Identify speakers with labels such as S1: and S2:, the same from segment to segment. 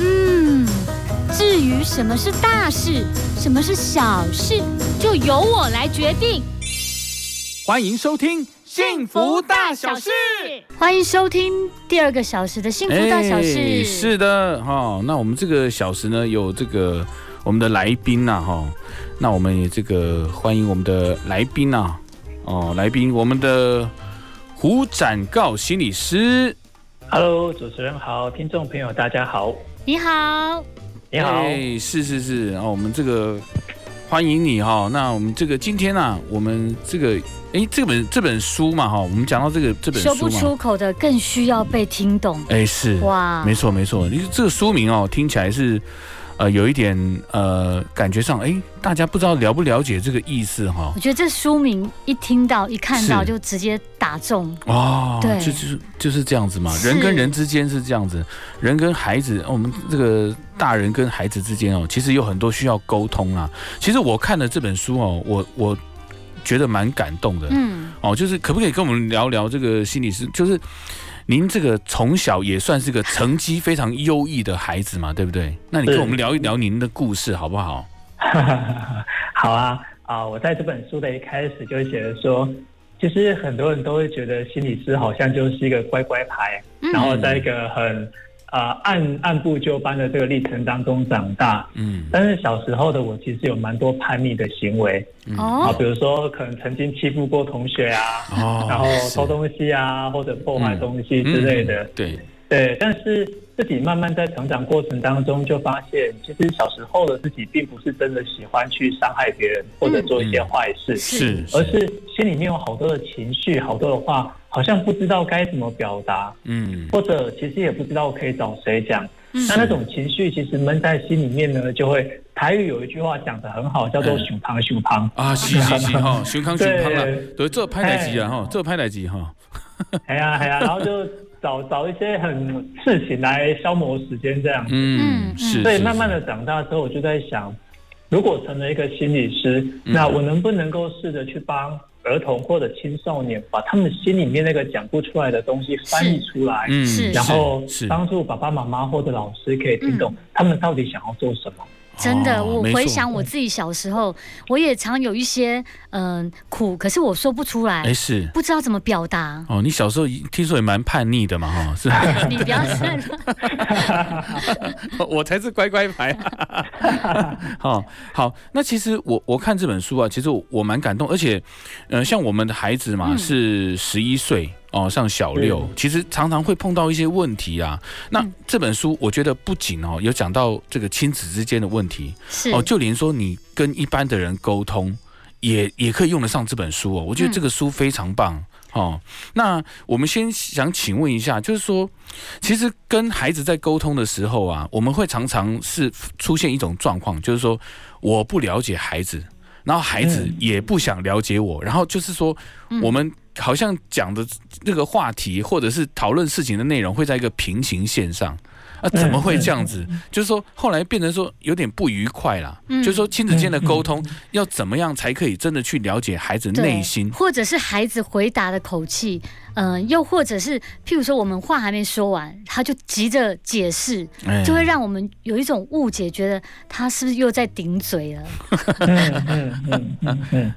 S1: 嗯，至于什么是大事，什么是小事，就由我来决定。
S2: 欢迎收听《幸福大小事》。
S1: 欢迎收听第二个小时的幸福大小事。
S2: 哎是的，哈、那我们这个小时呢，有这个我们的来宾呐、哈、那我们也这个欢迎我们的来宾呐、哦，来宾，我们的胡展告心理师，
S3: Hello，主持人好，听众朋友大家好，
S1: 你好，
S3: 你好。
S2: 哎，是是是，哦，我们这个欢迎你哈、那我们这个今天呢、我们这个哎，这本这本书嘛哈、我们讲到这个这本
S1: 说
S2: 书
S1: 不
S2: 嘛，
S1: 出口的更需要被听懂。
S2: 哎是，
S1: 哇，
S2: 没错没错，
S1: 嗯
S2: 你这个书名哦，听起来是呃有一点呃感觉上，哎，大家不知道了不了解这个意思哈
S1: 我、觉得这书名一听到一看到
S2: 是
S1: 就直接打中。
S2: 哦。
S1: 对
S2: 就就是就是这样子嘛，
S1: 是
S2: 人跟人之间是这样子，人跟孩子，哦我们这个大人跟孩子之间哦，其实有很多需要沟通啊。其实我看了这本书哦，我我觉得蛮感动的。
S1: 嗯，
S2: 哦，就是可不可以跟我们聊聊这个心理师？就是您这个从小也算是个成绩非常优异的孩子嘛，对不对？那你跟
S3: 是
S2: 我们聊一聊您的故事好不好？
S3: 好啊，啊，我在这本书的一开始就写了说，其实很多人都会觉得心理师好像就是一个乖乖牌，
S1: 嗯
S3: 然后在一个很呃按按部就班的这个历程当中长大。
S2: 嗯，
S3: 但是小时候的我其实有蛮多叛逆的行为啊，
S1: 哦，
S3: 比如说可能曾经欺负过同学啊，
S2: 哦
S3: 然后
S2: 是
S3: 偷东西啊，或者破坏
S2: 嗯
S3: 东西之类的。
S2: 嗯对，
S3: 对，但是自己慢慢在成长过程当中，就发现其实小时候的自己并不是真的喜欢去伤害别人或者做一些坏事，
S2: 嗯是，
S3: 而是心里面有好多的情绪，好多的话，好像不知道该怎么表达，
S2: 嗯
S3: 或者其实也不知道可以找谁讲。
S1: 嗯
S3: 那那种情绪其实闷在心里面呢，就会台语有一句话讲得很好，叫做
S2: 嗯
S3: “熊胖熊胖
S2: 啊，是是是 哈，熊康熊康啦
S3: 对，
S2: 对，这拍台机啊哈，这拍台机哈，”，
S3: 哎呀哎呀，然后就找找一些很事情来消磨时间这样。
S2: 嗯
S1: 嗯
S2: 是，
S3: 所以
S2: 是
S3: 慢慢的长大之后，我就在想，如果成了一个心理师，
S2: 嗯
S3: 那我能不能够试着去帮儿童或者青少年，把他们心里面那个讲不出来的东西翻译出来，
S2: 嗯
S1: 是
S3: 然后
S2: 是
S3: 帮助爸爸妈妈或者老师可以听懂他们到底想要做什么。
S1: 真的，
S2: 哦
S1: 我
S2: 没错
S1: 回想我自己小时候，我也常有一些嗯、苦，可是我说不出来
S2: 哎，是。
S1: 不知道怎么表达
S2: 哦，你小时候听说也蛮叛逆的嘛哈，是吧？
S1: 你不要这 样，
S2: 我才是乖乖牌。啊 好好，那其实我我看这本书啊，其实我我蛮感动，而且，呃，像我们的孩子嘛，
S1: 嗯
S2: 是十一岁哦，上小六
S3: 嗯，
S2: 其实常常会碰到一些问题啊。那
S1: 嗯
S2: 这本书我觉得不仅哦有讲到这个亲子之间的问题
S1: 是
S2: 哦，就连说你跟一般的人沟通。也也可以用得上这本书哦，我觉得
S1: 嗯
S2: 这个书非常棒、哦。那我们先想请问一下，就是说，其实跟孩子在沟通的时候啊，我们会常常是出现一种状况，就是说我不了解孩子，然后孩子
S3: 嗯
S2: 也不想了解我，然后就是说
S1: 嗯
S2: 我们好像讲的这个话题或者是讨论事情的内容会在一个平行线上。啊，
S1: 嗯
S2: 怎么会这样子？就是说，后来变成说有点不愉快啦。
S1: 嗯
S2: 就是说，亲子间的沟
S3: 嗯
S2: 通要怎么样才可以真的去了解孩子内心？
S1: 或者是孩子回答的口气，嗯、又或者是譬如说我们话还没说完，他就急着解释，
S2: 哎
S1: 就会让我们有一种误解，觉得他是不是又在顶嘴了？
S3: 嗯嗯嗯 嗯嗯。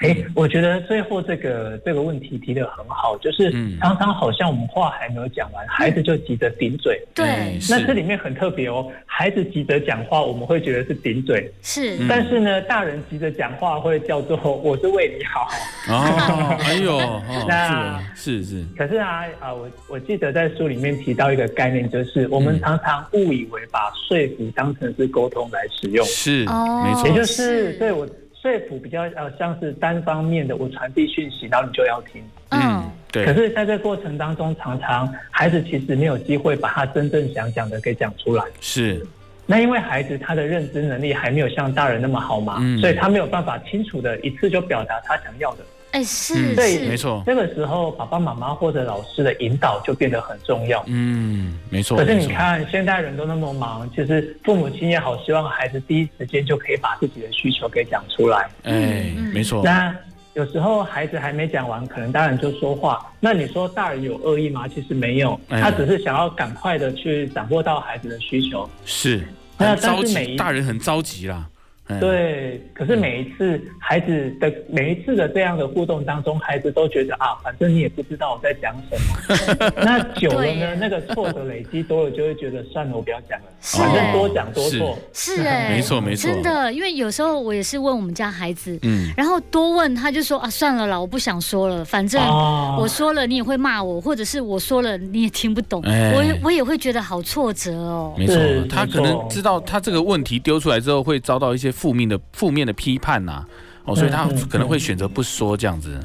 S3: 哎，我觉得最后这个这个问题提得很好，就是
S2: 嗯
S3: 常常好像我们话还没有讲完，孩子就急着顶嘴。
S2: 哎
S1: 对，
S2: 是
S3: 那这里面很特别哦，孩子急着讲话，我们会觉得是顶嘴，
S1: 是，
S2: 嗯
S3: 但是呢，大人急着讲话会叫做“我是为你好
S2: 哦，哎呦，哦
S3: 那
S2: 是是”。
S3: 可是啊啊，我我记得在书里面提到一个概念，就是我们常常误以为把说服当成是沟通来使用
S2: 是，是，
S1: 哦
S2: 没
S3: 也
S2: 错
S3: 就是是对我说服比较呃像是单方面的，我传递讯息，然后你就要听。
S2: 嗯
S1: 嗯，，
S3: 可
S2: 对，
S3: 是在这过程当中，常常孩子其实没有机会把他真正想讲的给讲出来。
S2: 是
S3: 那因为孩子他的认知能力还没有像大人那么好嘛，
S2: 嗯
S3: 所以他没有办法清楚的一次就表达他想要的。
S1: 哎，是
S3: 对
S2: 嗯没
S1: 是，
S2: 错，
S3: 这个时候，爸爸妈妈或者老师的引导就变得很重要。
S2: 嗯，没错。
S3: 可是
S2: 没
S3: 你
S2: 错，
S3: 看，现代人都那么忙，其实父母亲也好，希望孩子第一时间就可以把自己的需求给讲出来。
S2: 哎，
S1: 嗯
S2: 没错，
S3: 那有时候孩子还没讲完，可能大人就说话。那你说大人有恶意吗？其实没有，
S2: 哎
S3: 他只是想要赶快的去掌握到孩子的需求。
S2: 是
S3: 那
S2: 很
S3: 但
S2: 着
S3: 是每
S2: 急，
S3: 一
S2: 大人很着急啦。哎，
S3: 对，可是每一次孩子的每一次的这样的互动当中，孩子都觉得 啊，反正你也不知道我在讲什么。那久了
S1: 对耶
S3: 呢，那个挫折累积多了，就会觉得算了，我不要讲了，
S1: 是
S3: 反正
S1: 哎
S3: 多讲多错。
S1: 是哎，
S2: 没错没错
S1: 真的，因为有时候我也是问我们家孩子，
S2: 嗯，
S1: 然后多问他就说啊，算了啦，我不想说了，反正
S3: 哦
S1: 我说了你也会骂我，或者是我说了你也听不懂，
S2: 哎
S1: 我也我也会觉得好挫折哦。
S2: 没错
S3: 是，
S2: 他
S3: 没
S2: 可能
S3: 错
S2: 知道他这个问题丢出来之后会遭到一些负面的负面的批判呐、哦，所以他
S3: 嗯嗯
S2: 可能会选择不说这样子。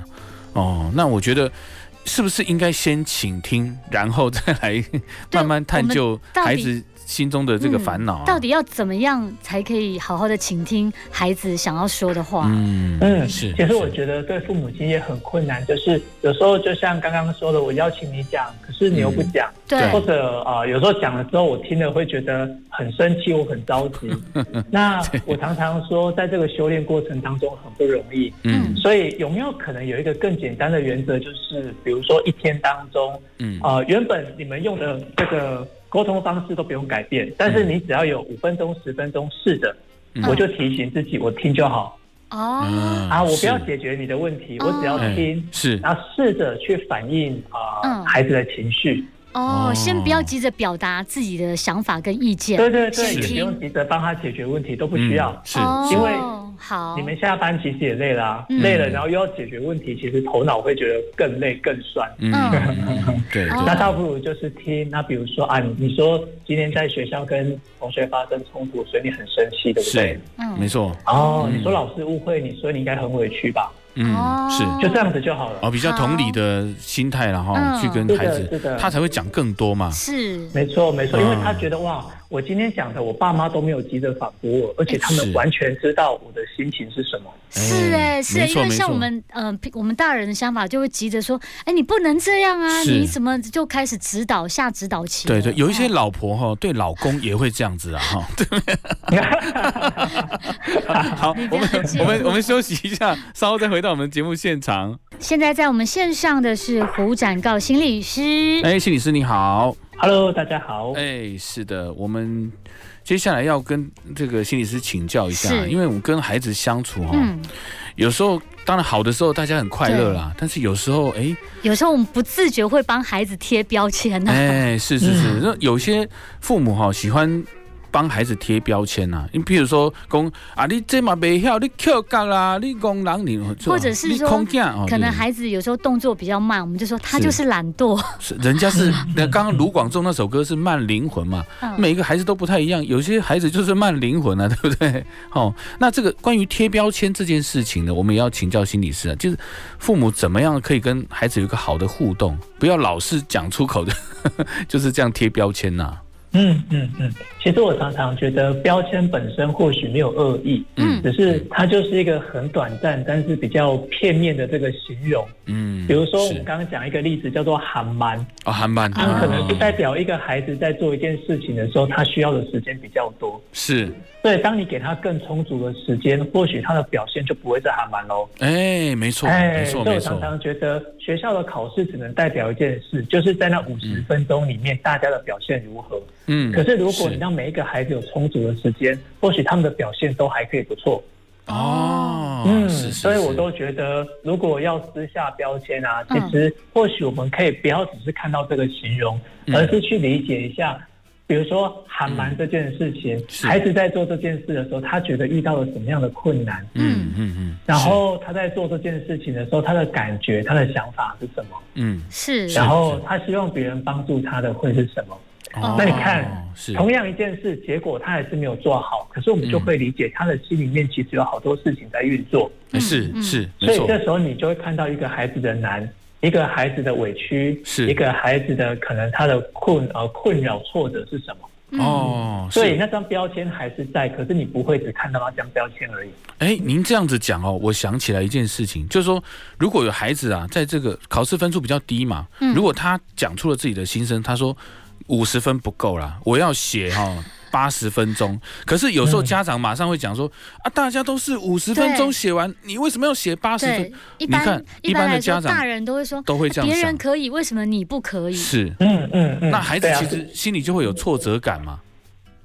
S2: 哦，那我觉得是不是应该先倾听，然后再来慢慢探究
S1: 到底嗯
S2: 孩子心中的这个烦恼、啊
S1: 到底要怎么样才可以好好的倾听孩子想要说的话？
S2: 嗯
S3: 嗯，
S2: 是。
S3: 其实我
S2: 是
S3: 觉得对父母亲也很困难，就是有时候就像刚刚说的，我邀请你讲，可是你又不讲，
S1: 嗯对
S3: 或者啊、呃有时候讲了之后，我听了会觉得很生气，我很着 急。那我常常说，在这个修炼过程当中很不容易，
S2: 嗯
S3: 所以有没有可能有一个更简单的原则，就是比如说一天当中，
S2: 嗯
S1: 哦
S3: 呃，原本你们用的这个沟通方式都不用改变，但是你只要有五分钟、十分钟试着，
S2: 嗯
S3: 我就提醒自己，我听就好。
S1: 哦，
S2: 嗯
S3: 啊，我不要
S2: 是
S3: 解决你的问题，我只要
S2: 哎
S3: 听，
S2: 是
S3: 然后试着去反映啊、呃
S1: 嗯
S3: 孩子的情绪。
S1: 哦
S2: 哦，
S1: 先不要急着表达自己的想法跟意见，
S3: 对对对，
S1: 先
S3: 也不
S1: 听
S3: 用急着帮他解决问题，都不需要。
S2: 嗯是
S1: 哦，
S3: 因为
S1: 好
S3: 你，们下班其实也累啦、
S1: 嗯
S3: 累了，然后又要解决问题，其实头脑会觉得更累更酸。
S2: 嗯嗯 嗯对
S1: 哦
S3: 那
S2: 对
S3: 倒不如就是听。那比如说啊，你你说今天在学校跟同学发生冲突，所以你很生气，对不对
S2: 是？没
S1: 嗯，
S2: 错
S3: 哦，
S2: 嗯
S3: 你说老师误会你，所以你应该很委屈吧？
S2: 嗯
S1: 哦
S2: 是
S3: 就这样子就好了。
S2: 哦比较同理的心态然后
S1: 嗯
S2: 去跟
S3: 是的
S2: 孩
S3: 是
S2: 子
S3: 的
S2: 他才会讲更多嘛
S1: 是，
S3: 没错，没错，因为
S2: 嗯
S3: 他觉得、哇，我今天讲的，我爸妈都没有急着反驳我，而且他们
S2: 是
S3: 完全知道我的心情是什么。
S1: 是哎、
S2: 哎
S1: 是、欸，
S2: 没
S1: 因
S2: 错
S1: 为
S2: 没
S1: 像
S2: 错
S1: 我们，嗯、呃，我们大人的想法就会急着说，哎、你不能这样啊，
S2: 是
S1: 你怎么就开始指导下指导棋了？
S2: 对对，有一些
S1: 哦
S2: 老婆哈对老公也会这样子啊哈。 对 好，
S1: 你
S2: 我们
S1: 了解
S2: 我们我们休息一下，稍后再回到我们节目现场。
S1: 现在在我们线上的是胡展告心理师，
S2: 哎，心理师你好。
S3: Hello，大家好。
S2: 哎，是的，我们接下来要跟这个心理师请教一下，
S1: 是
S2: 因为我们跟孩子相处哈，
S1: 嗯，
S2: 有时候当然好的时候大家很快乐啦，但是有时候哎
S1: 有时候我们不自觉会帮孩子贴标签呢、 啊
S2: 哎是是
S1: 嗯
S2: 是，那、有些父母哈、喜欢。帮孩子贴标签呐、啊，你比如说讲啊，你这嘛袂晓，你扣角啦，你讲人你，
S1: 或者是
S2: 你
S1: 说
S2: 空架哦，
S1: 可能
S2: 对
S1: 孩子有时候动作比较慢，我们就说他
S2: 是
S1: 就是懒惰。
S2: 是人家 是那刚刚卢广仲那首歌是慢灵魂嘛，
S1: 嗯，
S2: 每个孩子都不太一样，有些孩子就是慢灵魂啊，对不对？哦，那这个关于贴标签这件事情呢，我们也要请教心理师啊，就是父母怎么样可以跟孩子有一个好的互动，不要老是讲出口的， 就是这样贴标签呐、
S3: 嗯嗯嗯，其实我常常觉得标签本身或许没有恶意，
S1: 嗯
S3: 只是它就是一个很短暂，但是比较片面的这个形容。
S2: 嗯，
S3: 比如说，我
S2: 是
S3: 们刚刚讲一个例子叫做“喊蛮
S2: 啊，韩版”，
S3: 它可能是
S2: 哦
S3: 代表一个孩子在做一件事情的时候，他需要的时间比较多。
S2: 是，
S3: 对，当你给他更充足的时间，或许他的表现就不会再喊蛮喽。
S2: 哎，没错，
S3: 哎，
S2: 没
S3: 所
S2: 错，
S3: 以
S2: 没
S3: 我常
S2: 错，
S3: 常觉得学校的考试只能代表一件事，就是在那五十分钟里面大家的表现如何。
S2: 嗯
S3: 可是如果你
S2: 是
S3: 让每一个孩子有充足的时间，或许他们的表现都还可以不错。
S2: 哦，
S3: 嗯，
S2: 是是，
S3: 所以我
S2: 是
S3: 都觉得，如果要撕下标签啊，其
S1: 嗯
S3: 实或许我们可以不要只是看到这个形容，
S2: 嗯
S3: 而是去理解一下。比如说喊蛮这件事情，
S2: 嗯是
S3: 孩子在做这件事的时候，他觉得遇到了什么样的困难，
S2: 嗯嗯嗯，
S3: 然后他在做这件事情的时候，他的感觉、他的想法是什么，
S2: 嗯，
S1: 是，
S3: 然后他希望别人帮助他的会是什么。
S2: 哦
S3: 那你看，
S2: 是，
S3: 同样一件事，结果他还是没有做好，可是我们就会理解他的心里面其实有好多事情在运作，
S2: 哎是
S1: 嗯
S2: 是，
S3: 所
S2: 没
S3: 以
S2: 错，
S3: 这时候你就会看到一个孩子的难，一个孩子的委屈，
S2: 是
S3: 一个孩子的可能他的困呃困扰挫折是什么。
S2: 哦，是
S3: 对，那张标签还是在，可是你不会只看到那张标签而已。
S2: 哎，您这样子讲哦，我想起来一件事情，就是说，如果有孩子啊，在这个考试分数比较低嘛，
S1: 嗯
S2: 如果他讲出了自己的心声，他说五十分不够啦，我要写哈、哦。八十分钟，可是有时候家长马上会讲说、啊，大家都是五十分钟写完，你为什么要写八十分
S1: 对？，一
S2: 你看
S1: 般
S2: 一般
S1: 般
S2: 的
S1: 来
S2: 家
S1: 说，
S2: 长
S1: 大人都会说哎
S2: 都会这样
S1: 别
S2: 想
S1: 人，可以，为什么你不可以？
S2: 是。
S3: 嗯嗯嗯，
S2: 那孩子
S3: 对啊
S2: 其实心里就会有挫折感嘛，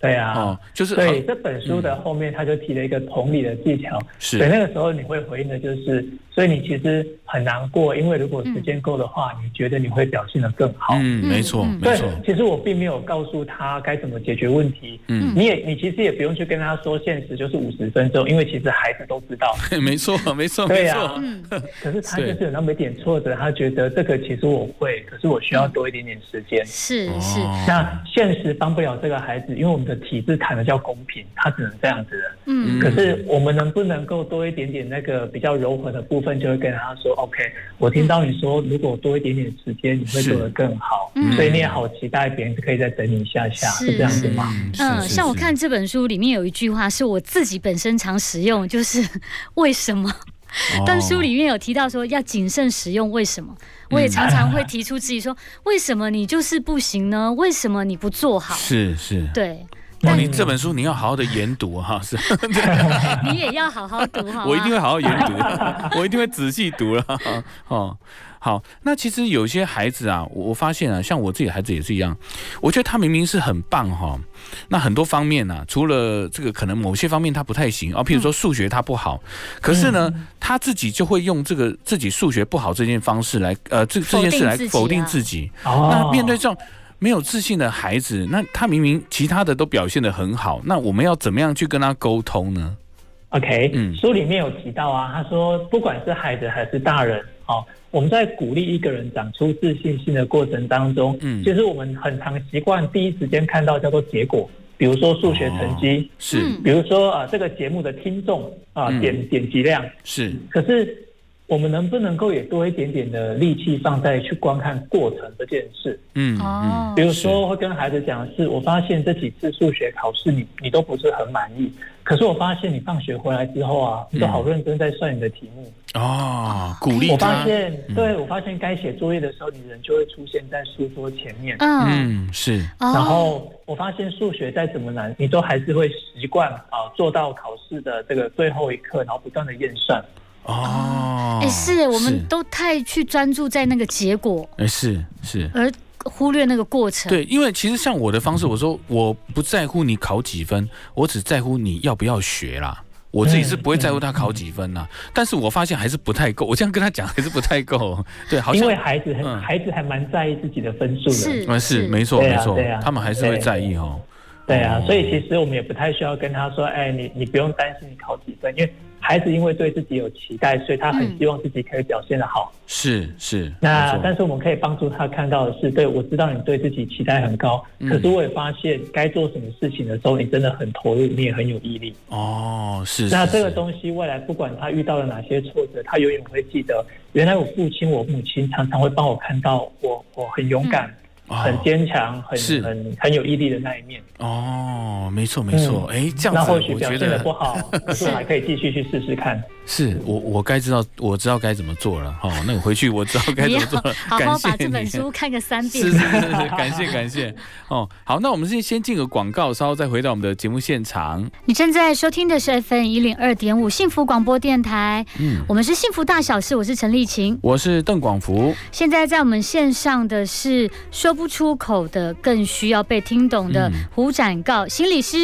S3: 对啊，
S2: 哦，就是
S3: 对
S2: 好嗯
S3: 这本书的后面，他就提了一个同理的技巧。
S2: 是
S3: 对，那个时候你会回应的就是，所以你其实很难过，因为如果时间够的话，你觉得你会表现得更好。
S2: 嗯，没错，
S1: 嗯嗯
S2: 没
S3: 对
S2: 错，，
S3: 其实我并没有告诉他该怎么解决问题。
S2: 嗯
S3: 你也你其实也不用去跟他说现实就是五十分钟，因为其实孩子都 知道。
S2: 嗯没错，没错，
S3: 对
S2: 没
S3: 啊
S2: 错，
S1: 嗯，
S3: 可是他就
S2: 对
S3: 是有那么一点挫折，他觉得这个其实我会，可是我需要多一点点时间。
S1: 是是，嗯
S2: 哦
S3: 那现实帮不了这个孩子，因为我们的体制谈的叫公平，他只能这样子的。
S1: 嗯
S3: 可是我们能不能够多一点点那个比较柔和的部分，就会跟他说，OK，我听到你说，如果多一点点时间，你会做得更好，
S1: 嗯
S3: 所以你也好期待别人可以再等你一下下，
S1: 是
S3: 是这样子吗？
S2: 嗯是
S1: 嗯，
S2: 是
S1: 像我
S2: 是
S1: 看这本书里面有一句话是我自己本身常使用，就是 为什么？
S2: 哦
S1: 但书里面有提到说要谨慎使用，为什么？我
S2: 嗯
S1: 也常常会提出质疑说，为什么你就是不行呢？为什么你不做好
S2: 哦？是是。
S1: 对，
S2: 哇，你这本书你要好好的研读哈，是
S1: 你也要好好读好吗。啊
S2: 我一定会好好研读，我一定会仔细读了。 哦，好，那其实有些孩子啊，我我发现啊，像我自己的孩子也是一样，我觉得他明明是很棒哈、那很多方面呢、啊，除了这个可能某些方面他不太行啊，譬如说数学他不好，可是呢，他自己就会用这个自己数学不好这件方式来，呃，这这件事来否
S1: 否
S2: 定
S1: 定
S2: 自
S1: 自
S2: 己。啊
S3: 哦
S2: 那面对这种没有自信的孩子，那他明明其他的都表现得很好，那我们要怎么样去跟他沟通呢？
S3: OK，
S2: 嗯
S3: 书里面有提到啊，他说不管是孩子还是大人，哦，我们在鼓励一个人长出自信心的过程当中，
S2: 嗯
S3: 其实我们很常习惯第一时间看到叫做结果，比如说数学成绩，
S2: 是、
S1: 嗯
S3: 比如说啊、呃这个节目的听众啊、
S2: 哦嗯
S3: 点点击量，
S2: 是，
S3: 可是我们能不能够也多一点点的力气放在去观看过程这件事？
S2: 嗯
S1: 哦
S2: 嗯，
S3: 比如说会跟孩子讲的是，我发现这几次数学考试你你都不是很满意，可是我发现你放学回来之后啊，你都好认真在算你的题目。
S2: 哦，鼓
S3: 我
S2: 励
S3: 发
S2: 他，
S3: 现，对我发现该写作业的时候，你人就会出现在书桌前面。
S1: 嗯，
S2: 嗯，是
S3: 然
S1: 哦，
S3: 后我发现数学再怎么难，你都还是会习惯啊、做到考试的这个最后一刻，然后不断的验算。
S2: 哦，
S1: 哎，是我们
S2: 是
S1: 都太去专注在那个结果，
S2: 哎是是。
S1: 而忽略那个过程。
S2: 对，因为其实像我的方式，我说我不在乎你考几分，我只在乎你要不要学啦。我自己
S3: 嗯
S2: 是不会在乎他考几分啦，但是我发现还是不太够。我这样跟他讲还是不太够，对，好
S3: 因
S2: 像
S3: 为孩子很、
S2: 嗯
S3: 孩子还蛮在意自己的分数的，
S1: 是
S2: 呃是没错
S3: 对
S2: 没
S3: 啊
S2: 错
S3: 对啊，
S2: 他们还是会在意哦。
S3: 对啊
S2: 哦，
S3: 所以其实我们也不太需要跟他说，哎，你你不用担心你考几分，因为孩子因为对自己有期待，所以他很希望自己可以表现得好。
S2: 是是，没
S3: 那
S2: 错
S3: 但是我们可以帮助他看到的是，对我知道你对自己期待很高，
S2: 嗯
S3: 可是我也发现该做什么事情的时候，你真的很投入，你也很有毅力。
S2: 哦，是
S3: 那
S2: 是
S3: 这个
S2: 是
S3: 东西未来不管他遇到了哪些挫折，他永远会记得，原来我父亲、我母亲常常会帮我看到我我很勇敢、
S2: 哦
S3: 很坚强、很
S2: 是
S3: 很很有毅力的那一面。
S2: 哦，没错没错，哎、这
S3: 嗯那
S2: 样子
S3: 或许
S2: 我
S3: 表
S2: 觉
S3: 现的
S2: 得
S3: 不好，可是我还可以继续去试试看。
S2: 是我我该知道我知道该怎么做了哈、哦，那我回去我知道该
S1: 你
S2: 怎
S1: 要
S2: 么做了，
S1: 好
S2: 感
S1: 好
S2: 谢
S1: 把
S2: 你。
S1: 这本书看个三遍
S2: 是是。是是，感谢感谢哦。好，那我们先先进个广告，稍后再回到我们的节目现场。
S1: 你正在收听的是 FM 一零二点五幸福广播电台，
S2: 嗯，
S1: 我们是幸福大小事，我是陈丽琴。
S2: 我是邓广福，
S1: 现在在我们线上的是说不出口的，更需要被听懂的
S2: 嗯
S1: 胡展告心理师。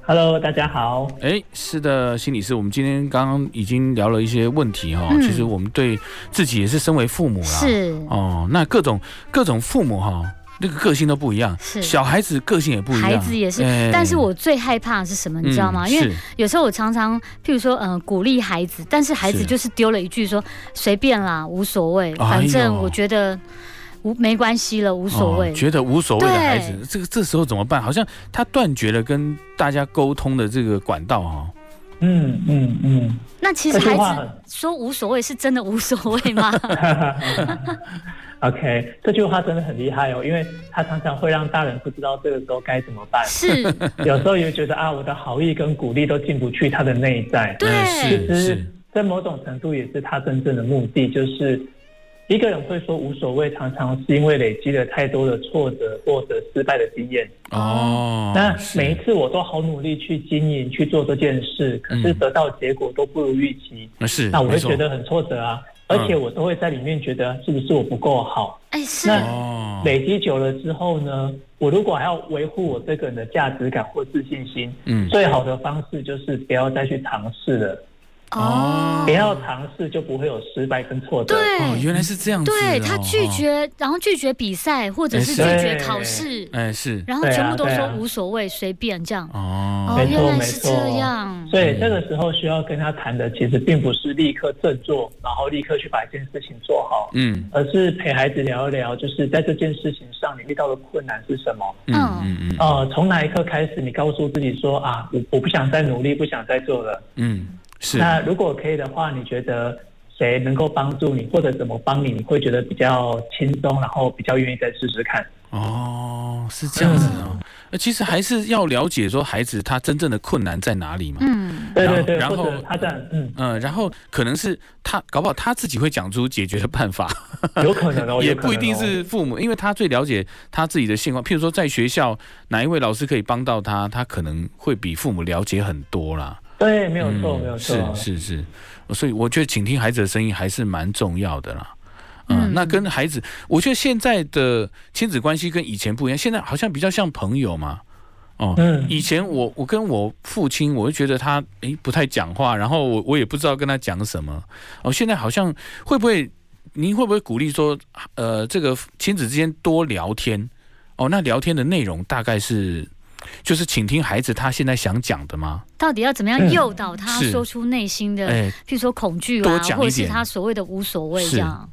S3: Hello，大家好。
S2: 哎，是的，心理师，我们今天刚刚已经聊了一些问题哈、哦，
S1: 嗯
S2: 其实我们对自己也是身为父母啦，
S1: 是
S2: 哦，那各种各种父母哈、那个个性都不一样，
S1: 是
S2: 小孩子个性也不一样，
S1: 孩子也是
S2: 哎
S1: 但是我最害怕的是什么，你知道吗？
S2: 嗯
S1: 因为
S2: 是
S1: 有时候我常常，譬如说，嗯、鼓励孩子，但是孩子
S2: 是
S1: 就是丢了一句说随便啦，无所
S2: 哎
S1: 谓，
S2: 呦
S1: 反正我觉得无没关系了，无所谓。
S2: 哦觉得无所谓的孩子
S1: 对，
S2: 这个这时候怎么办？好像他断绝了跟大家沟通的这个管道哦。
S3: 嗯嗯嗯，
S1: 那其实
S3: 这句
S1: 孩
S3: 话
S1: 子说无所谓是真的无所谓吗？
S3: OK，这句话真的很厉害哦，因为它常常会让大人不知道这个时候该怎么 办。
S1: 是，
S2: 嗯
S3: 有时候也觉得啊，我的好意跟鼓励都进不去他的内在。
S1: 对
S2: 嗯
S3: 其
S2: 是
S3: 实
S2: 是，
S3: 在某种程度也是他真正的目的，就是一个人会说无所谓，常常是因为累积了太多的挫折或者失败的经验。
S2: 哦，
S3: 那
S2: 是
S3: 每一次我都好努力去经营去做这件事，可是
S2: 嗯
S3: 得到结果都不如预期，
S2: 那哦是，
S3: 那我
S2: 没
S3: 会
S2: 错嗯
S3: 觉得很挫折啊。而且我都会在里面觉得是不是我不够好？
S1: 哎是，
S3: 那
S2: 哦，
S3: 累积久了之后呢，我如果还要维护我这个人的价值感或自信心，
S2: 嗯
S3: 最好的方式就是不要再去尝试了。
S2: 哦
S3: 不要尝试，就不会有失败跟挫折。
S1: 对
S2: 哦，原来是这样子哦，
S1: 对他拒绝，然后拒绝比赛或者是拒
S3: 哎是
S1: 绝考试
S2: 哦，，哎是
S1: 然后全部都
S3: 对
S1: 说
S3: 啊对啊
S1: 无所谓，随便这样。
S2: 哦
S1: 哦，
S3: 没
S1: 原
S3: 错
S1: 来
S3: 没
S1: 是
S3: 错
S1: 这样。
S3: 所以这个时候需要跟他谈的，其实并不是立刻振作，然后立刻去把一件事情做好，
S2: 嗯
S3: 而是陪孩子聊一聊，就是在这件事情上你遇到的困难是什么。
S2: 嗯嗯嗯
S3: 呃，从哪一刻开始，你告诉自己说啊，我我不想再努力，不想再做了。
S2: 嗯是
S3: 那如果可以的话，你觉得谁能够帮助你，或者怎么帮你，你会觉得比较轻松，然后比较愿意再试试看。
S2: 哦是这样子
S1: 嗯
S2: 哦，那其实还是要了解说孩子他真正的困难在哪里嘛，
S1: 嗯，
S3: 对对对，
S2: 然后
S3: 或者他这样，嗯，
S2: 嗯，然后可能是他搞不好他自己会讲出解决的办法，
S3: 有可能 哦，
S2: 也
S3: 有可能
S2: 不一定
S3: 哦
S2: 是父母，因为他最了解他自己的现况。譬如说，在学校哪一位老师可以帮到他，他可能会比父母了解很多啦。嗯
S3: 对，没有错，没有错。
S2: 是是是，所以我觉得倾听孩子的声音还是蛮重要的啦。嗯，
S1: 嗯
S2: 那跟孩子，我觉得现在的亲子关系跟以前不一样，现在好像比较像朋友嘛。哦，
S3: 嗯
S2: 以前我我跟我父亲，我就觉得他诶不太讲话，然后我我也不知道跟他讲什么。哦，现在好像会不会，您会不会鼓励说，呃，这个亲子之间多聊天？哦，那聊天的内容大概是，就是倾听孩子他现在想讲的吗？
S1: 到底要怎么样诱导他
S2: 嗯是
S1: 说出内心的，
S2: 哎，
S1: 譬如说恐惧
S2: 多
S1: 啊，
S2: 讲一
S1: 或者是
S2: 点
S1: 他所谓的无所谓
S2: 是
S1: 这样。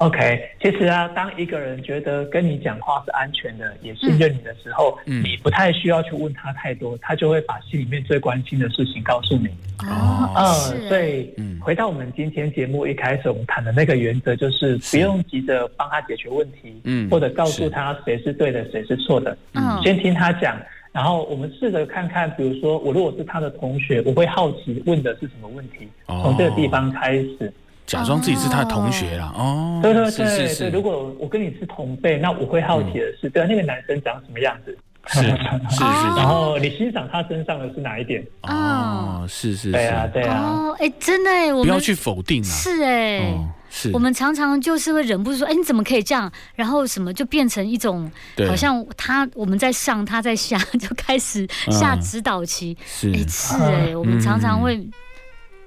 S3: OK，其实啊，当一个人觉得跟你讲话是安全的，也信任你的时候，
S2: 嗯
S3: 你不太需要去问他太多，他就会把心里面最关心的事情告诉你。
S2: 哦
S3: 嗯，
S1: 是
S3: 所
S1: 哎，
S3: 以
S2: 嗯
S3: 回到我们今天节目一开始我们谈的那个原则，就是
S2: 是
S3: 不用急着帮他解决问题，
S2: 嗯
S3: 或者告
S2: 是
S3: 诉他谁是对的，谁是错的，
S2: 哦
S1: 嗯
S3: 先听他讲。然后我们试着看看，比如说我如果是他的同学，我会好奇问的是什么问题，从这个地方开始。
S2: 假装自己是他的同学啦。哦，
S3: 对对
S2: 是
S3: 对
S2: 是嗯是，
S3: 对，如果我跟你是同辈，那我会好奇的是，对啊那个男生长什么样子，
S2: 是是是，
S3: 然
S2: 是
S3: 后你欣赏他身上的是哪一点？
S2: 哦，是是
S3: 对啊，
S2: 是，
S3: 对啊，
S1: 哦，哎，真的哎，我
S2: 嗯不要
S1: 们
S2: 去否定啊。
S1: 是哎。
S2: 哦，是
S1: 我们常常就是会忍不住说，哎，你怎么可以这样？然后什么就变成一种，
S2: 对
S1: 好像他我们在上， 他在下，就开始下
S2: 嗯
S1: 指导棋。
S2: 是
S1: 哎、是哎、我们常
S2: 嗯
S1: 常会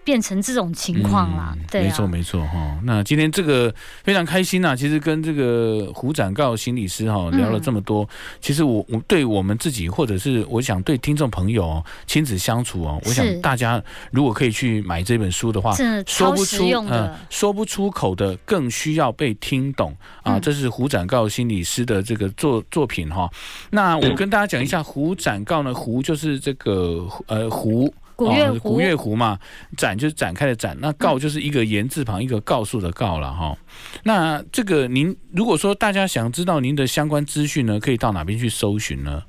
S1: 变成这种情况啦，
S2: 嗯
S1: 对啊，
S2: 没错没错哈、那今天这个非常开心呐、啊其实跟这个胡展告心理师哈、
S1: 嗯
S2: 聊了这么多，其实我我对我们自己或者是我想对听众朋友哦亲子相处哦，我
S1: 是
S2: 想大家如果可以去买这本书的话，
S1: 真的
S2: 啊说
S1: 超
S2: 不
S1: 实
S2: 出
S1: 用的
S2: 呃，说不出口的更需要被听懂啊！
S1: 嗯
S2: 这是胡展告心理师的这个作作品哈、那我跟大家讲一下，胡展告呢，胡就是这个呃胡。
S1: 古月
S2: 哦
S1: 胡嗯
S2: 古月胡嘛，展就是展开的展，那告就是一个言字旁一个告诉的告了哈、那这个您如果说大家想知道您的相关资讯呢，可以到哪边去搜寻呢？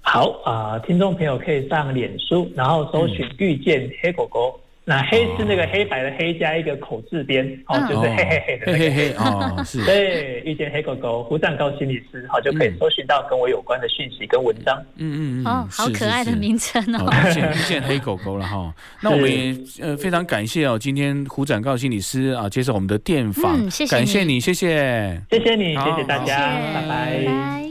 S3: 好啊、呃听众朋友可以上脸书，然后搜寻“遇见黑狗狗”，那黑是那个黑白的黑加一个口字边，哦，
S1: 嗯
S3: 就是嘿嘿嘿
S2: 嘿
S3: 的那
S2: 嘿
S3: 个。
S2: 嘿哦， 是
S3: 对，遇见黑狗狗，胡赞高心理师，好就可以
S2: 嗯
S3: 搜寻到跟我有关的讯息跟文章。
S2: 嗯嗯嗯，
S1: 哦，好
S2: 是
S1: 可爱
S2: 是
S1: 的。
S2: 是
S1: 名称哦。
S2: 哦，遇见遇见黑狗狗了哈，那我们也呃非常感谢哦，今天胡展告心理师啊接受我们的电访，
S1: 嗯谢谢
S2: 感
S1: 你
S2: 谢你，谢谢。
S3: 谢谢你，
S2: 好
S3: 谢谢大家
S1: 谢谢，
S3: 拜
S1: 拜。